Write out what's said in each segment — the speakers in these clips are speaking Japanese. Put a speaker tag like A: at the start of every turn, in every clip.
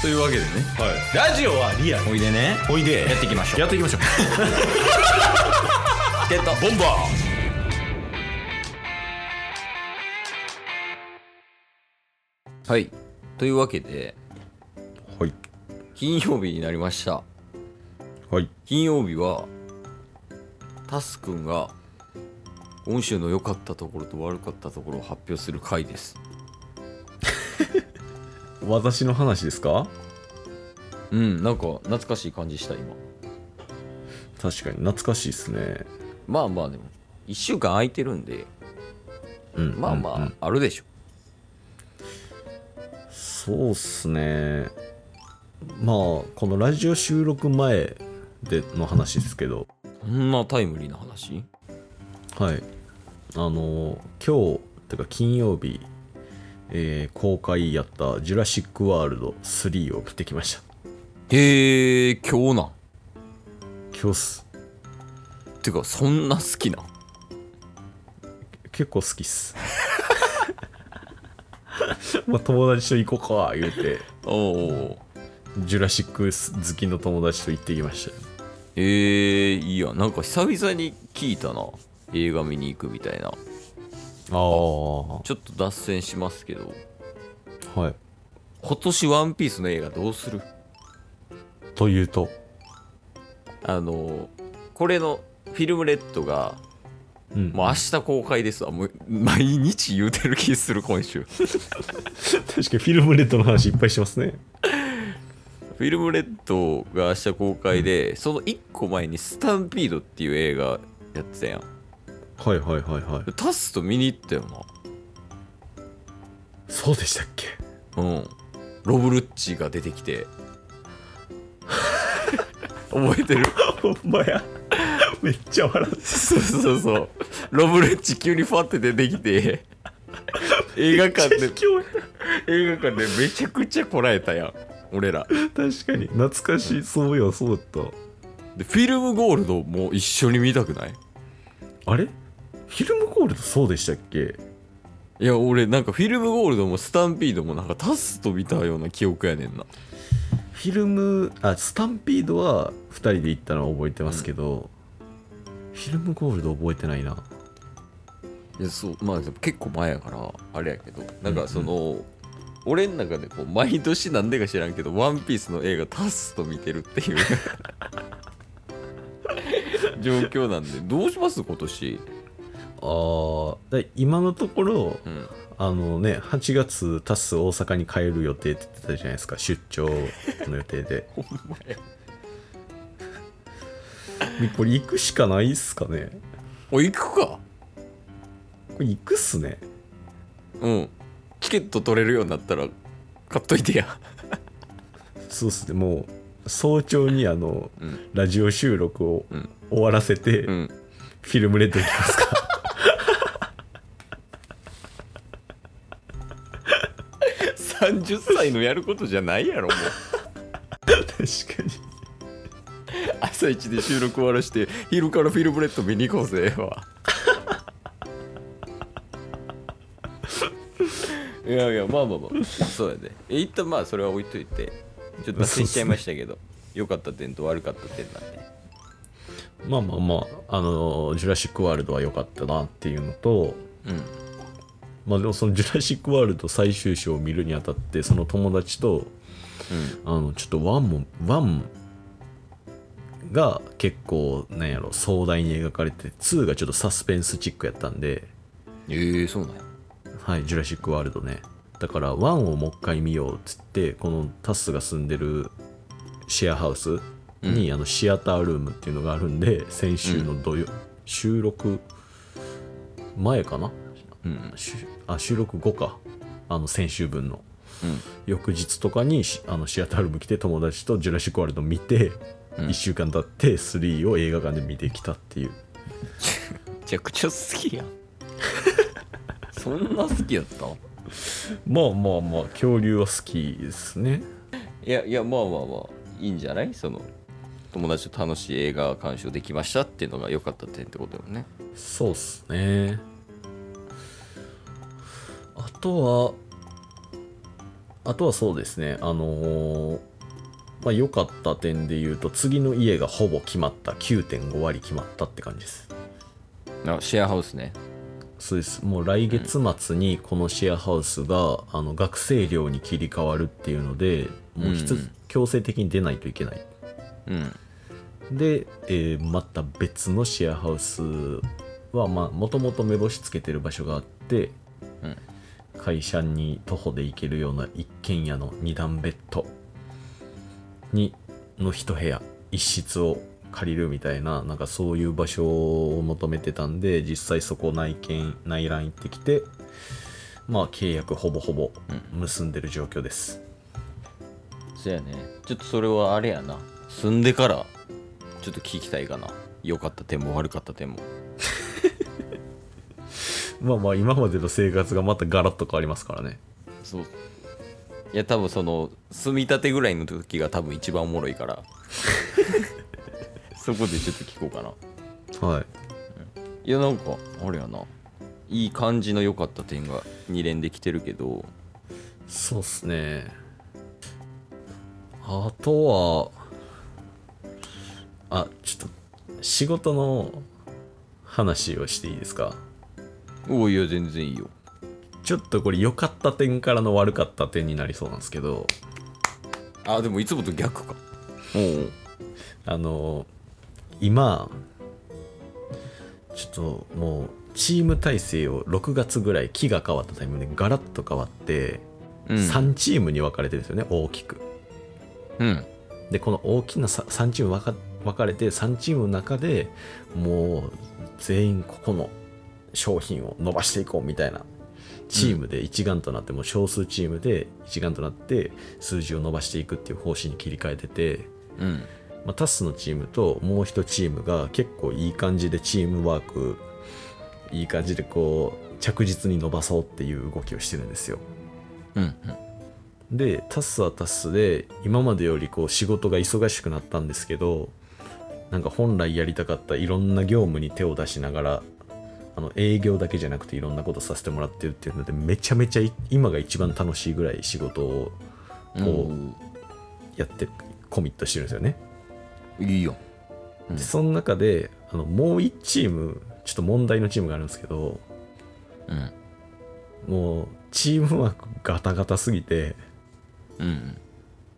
A: というわけでね
B: はい、ラジオはリアル
A: おいでね
B: おいで
A: やっていきましょう
B: やっていきましょう
A: ってた
B: ボンバ
A: はいというわけで
C: はい。
A: 金曜日になりました
C: はい。
A: 金曜日はタスくんが今週の良かったところと悪かったところを発表する回です
C: 私の話ですか
A: うんなんか懐かしい感じした今
C: 確かに懐かしいですね。
A: まあまあでも1週間空いてるんで
C: うん。
A: まあ
C: うんう
A: ま
C: ん
A: ああるでしょ、
C: そうっすね。まあ、このラジオ収録前での話ですけど、
A: こんなタイムリーな話
C: はい。あの、今日、てか金曜日、えー公開やったジュラシック・ワールド3を送ってきました。
A: へえ今日なん
C: 今日っす。
A: てかそんな好きなん
C: 結構好きっす。 まあ、友達と行こうか、言うて、
A: おお
C: ジュラシック好きの友達と行ってきました。
A: えー、いいやなんか久々に聞いたな映画見に行くみたいな
C: ああ。
A: ちょっと脱線しますけど
C: はい。
A: 今年ワンピースの映画どうする
C: というと。
A: あのこれのフィルムレッドが
C: うん。
A: もう明日公開ですわもう毎日言うてる気する今週フ
C: 確かにフィルムレッドの話いっぱいしてますね。
A: ィルムレッドが明日公開で、その1個前に「スタンピード」っていう映画やってたやん
C: はいはいはいはい。
A: タスと見に行ったよ
C: そうでしたっけ
A: なうんロブルッチが出てきて 覚えてる
C: ほんまや。めっちゃ笑っ
A: そうそうそう。ロブレッチ急にファって出てきて、映画館で、映画館でめちゃくちゃこらえたやん。俺ら。
C: 確かに。懐かしい。そういや、そうだっ
A: で、フィルムゴールドも一緒に見たくない
C: た。あれフィルムゴールドそうでしたっけ
A: いや、俺なんかフィルムゴールドもスタンピードもなんかタスと見たような記憶やねんな。
C: フィルム、あ、スタンピードは2人で行ったのは覚えてますけど、フィルムゴールド覚えてないな。
A: いや、そう、まあ結構前やから、あれやけど、なんかその、俺の中でこう毎年なんでか知らんけど「ワンピースの映画タスと見てるっていう 状況なんでどうします今年
C: ああ、だ今のところ、
A: うん、
C: あのね、8月、タス大阪に帰る予定って言ってたじゃないですか、出張の予定 で。
A: ほんまや。
C: これ行くしかないっすかね。
A: お、行くか。
C: これ行くっすね。
A: うん。チケット取れるようになったら、買っといてや。
C: そうっすね、もう、早朝にあの、
A: うん。
C: ラジオ収録を
A: うん。
C: 終わらせて、
A: うん。
C: フィルムレッド行きますか。
A: 30歳のやることじゃないやろ、もう。
C: 確かに。
A: 朝一で収録終わらして、昼からフィルムレッド見に行こうぜ、は。 いやいや、まあまあまあ、そうやね。え一旦まあ、それは置いといて、ちょっと脱線しちゃいましたけど、良かった点と悪かった点なんで。
C: まあまあまあ、あの、ジュラシック・ワールドは良かったなっていうのと、
A: うん。
C: まあでもそのジュラシック・ワールド最終章を見るにあたって、その友達と、あのちょっとワンもワンが結構なんやろ壮大に描かれて2がちょっとサスペンスチックやったんで
A: うん。ええそうなんや。
C: はい「ジュラシック・ワールドね」だから1をもう一回見ようっつってこのタスが住んでるシェアハウスに、あのシアタールームっていうのがあるんで先週の土曜、収録前かな
A: うん。
C: しあ収録後かあの先週分の
A: うん。
C: 翌日とかにしあのシアタールーム来て友達と「ジュラシック・ワールド」見て、
A: うん
C: 1週間経って3を映画館で見てきたっていう
A: めちゃくちゃ好きやんそんな好きやったい
C: まあまあまあ恐竜は好きですね
A: やいやまあまあまあいいんじゃないその友達と楽しい映画鑑賞できましたっていうのが良かった点ってことよね
C: そうっすねあとはあとはそうですね、あのーまあ、良かった点で言うと、次の家がほぼ決まった、9.5割決まったって感じです。
A: あシェアハウスね
C: そうです。もう来月末にこのシェアハウスが、あの学生寮に切り替わるっていうので、もう必、
A: うん
C: 強制的に出ないといけない。
A: うん
C: で、えーまた別のシェアハウスはもともと目星つけてる場所があって、
A: うん
C: 会社に徒歩で行けるような一軒家の2段ベッドにの一部屋一室を借りるみたいななんかそういう場所を求めてたんで実際そこ内見内覧行ってきてまあ契約ほぼほぼ結んでる状況です、
A: そやねちょっとそれはあれやな住んでからちょっと聞きたいかな良かった点も悪かった点も
C: まあまあ今までの生活がまたガラッと変わりますからね
A: そういや多分その住み立てぐらいの時が多分一番おもろいから そこでちょっと聞こうかな
C: はい
A: いやなんかあれやないい感じの良かった点が2連できてるけど
C: そうっすね。あとは、あ、ちょっと、仕事の話をしていいですか。
A: おいや全然いいよ
C: ちょっとこれ良かった点からの悪かった点になりそうなんですけど、
A: あでもいつもと逆かおう
C: あの、今、ちょっともう、チーム体制を6月ぐらい期が変わったタイミングでガラッと変わって、
A: うん
C: 3チームに分かれてるんですよね、大きく。
A: うん
C: でこの大きなさ3チーム分か分かれて3チームの中でもう全員ここの商品を伸ばしていこうみたいなチームで一丸となって、もう少数チームで一丸となって数字を伸ばしていくっていう方針に切り替えてて、
A: うん
C: まあ、タスのチームともう1チームが結構いい感じでチームワークいい感じでこう着実に伸ばそうっていう動きをしてるんですよ。
A: うん
C: でタスはタスで今までよりこう仕事が忙しくなったんですけどなんか本来やりたかったいろんな業務に手を出しながらあの営業だけじゃなくていろんなことさせてもらってるっていうのでめちゃめちゃい今が一番楽しいぐらい仕事を
A: うん
C: こやってコミットしてるんですよね。
A: ういいようん
C: でその中であのもう1チームちょっと問題のチームがあるんですけど
A: うん
C: もうチームワークガタガタすぎて
A: うん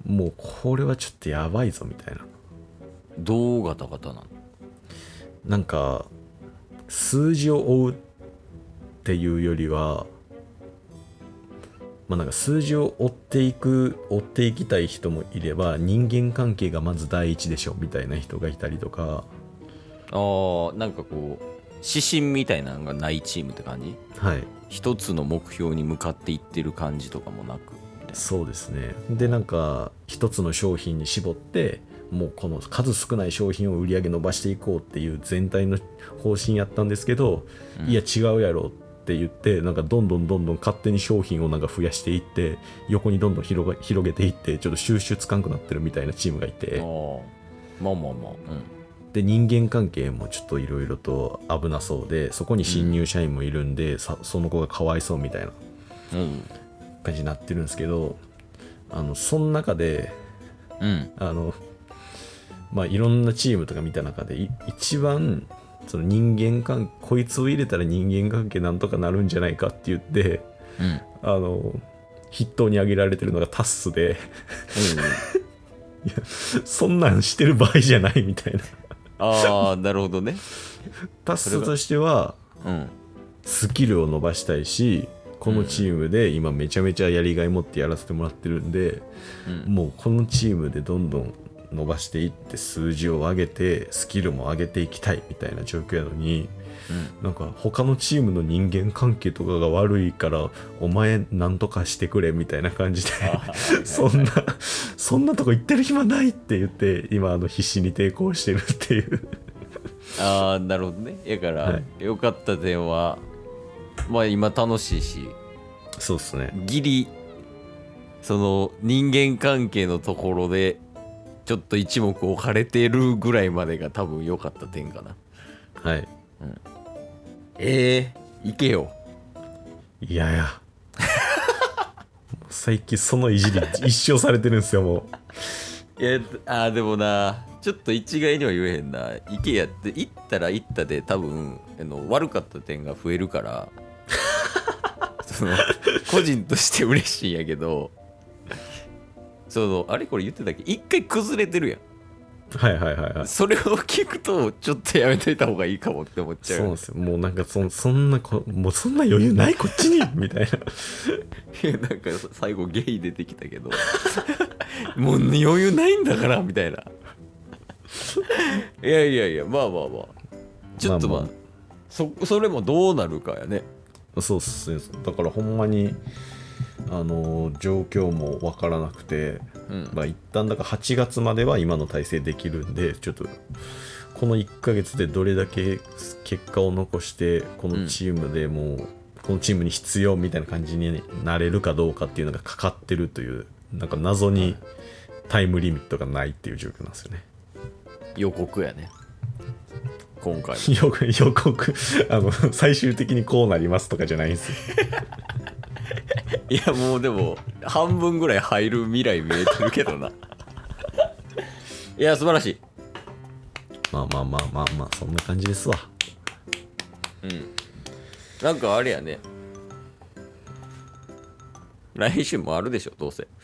C: もうこれはちょっとやばいぞみたいな。
A: どうガタガタなの
C: なんか数字を追うっていうよりはまあなんか数字を追っていく追っていきたい人もいれば人間関係がまず第一でしょみたいな人がいたりとか
A: あーなんかこう指針みたいなのがないチームって感じ
C: はい
A: 一つの目標に向かっていってる感じとかもなくみたい
C: そうですねでなんか一つの商品に絞ってもうこの数少ない商品を売り上げ伸ばしていこうっていう全体の方針やったんですけど、
A: うん
C: いや違うやろって言ってなんかどんどんどんどん勝手に商品をなんか増やしていって横にどんどん広が広げていってちょっと収集つかんくなってるみたいなチームがい
A: なあ
C: て
A: ーまあまあまあうん
C: で人間関係もちょっといろいろと危なそうでそこに新入社員もいるんで、さその子がかわいそうみたいな
A: うん
C: 感じになってるんですけどあのその中で
A: うん
C: あの、まあ、いろんなチームとか見た中で、い一番、その人間関こいつを入れたら人間関係なんとかなるんじゃないかって言って、
A: うん
C: あの、筆頭に挙げられてるのがタッスで、 そんなんしてる場合じゃないみたいな。
A: ああなるほどね
C: タッスとしては、
A: うん
C: スキルを伸ばしたいし、このチームで今めちゃめちゃやりがい持ってやらせてもらってるんで、
A: うん
C: もうこのチームでどんどん伸ばしていって数字を上げてスキルも上げていきたいみたいな状況やのになんか他のチームの人間関係とかが悪いからお前なんとかしてくれみたいな感じでそんなそんなとこ行ってる暇ないって言って今あの必死に抵抗してるっていう
A: ああなるほどねやか
C: は
A: ら
C: い
A: 良かった点はまあ今楽しいし
C: そうですね
A: ギリその人間関係のところでちょっと一目置かれてるぐらいまでが多分良かった点かな
C: はい
A: ええ行けよ
C: いやいやもう 最近そのいじり一生されてるんですよも
A: いやあーでもなちょっと一概には言えへんな IKEA って行ったら行ったで多分あの悪かった点が増えるから その個人として嬉しいんやけどそのあれこれ言ってたっけ一回崩れてるやん
C: うはいはいはいはい
A: それを聞くとちょっとやめといた方がいいかもって思っちゃう
C: そうなんですよもうなんかそそんなこもうそんな余裕ないこっちにみたいない
A: や なんかさ最後ゲイ出てきたけど もう余裕ないんだからみたいない やいやいやまあまあまあちょっとまあ、
C: まあま
A: そそれもどうなるかやね
C: そうっすねだからほんまにあの状況もわからなくて、
A: うん
C: まあ一旦だから8月までは今の体制できるんでちょっとこの1ヶ月でどれだけ結果を残してこのチームでもう、このチームに必要みたいな感じになれるかどうかっていうのがかかってるというなんか謎にタイムリミットがないっていう状況なんですよね。
A: 予告やね今回
C: 予告予告あの最終的にこうなりますとかじゃないんですよ
A: いやもうでも半分ぐらい入る未来見えてるけどな いや素晴らしい
C: まあまあまあまあまあそんな感じですわ。
A: なんかあれやね来週もあるでしょどうせ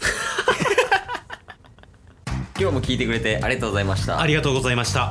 A: 今日も聞いてくれてありがとうございました
B: ありがとうございました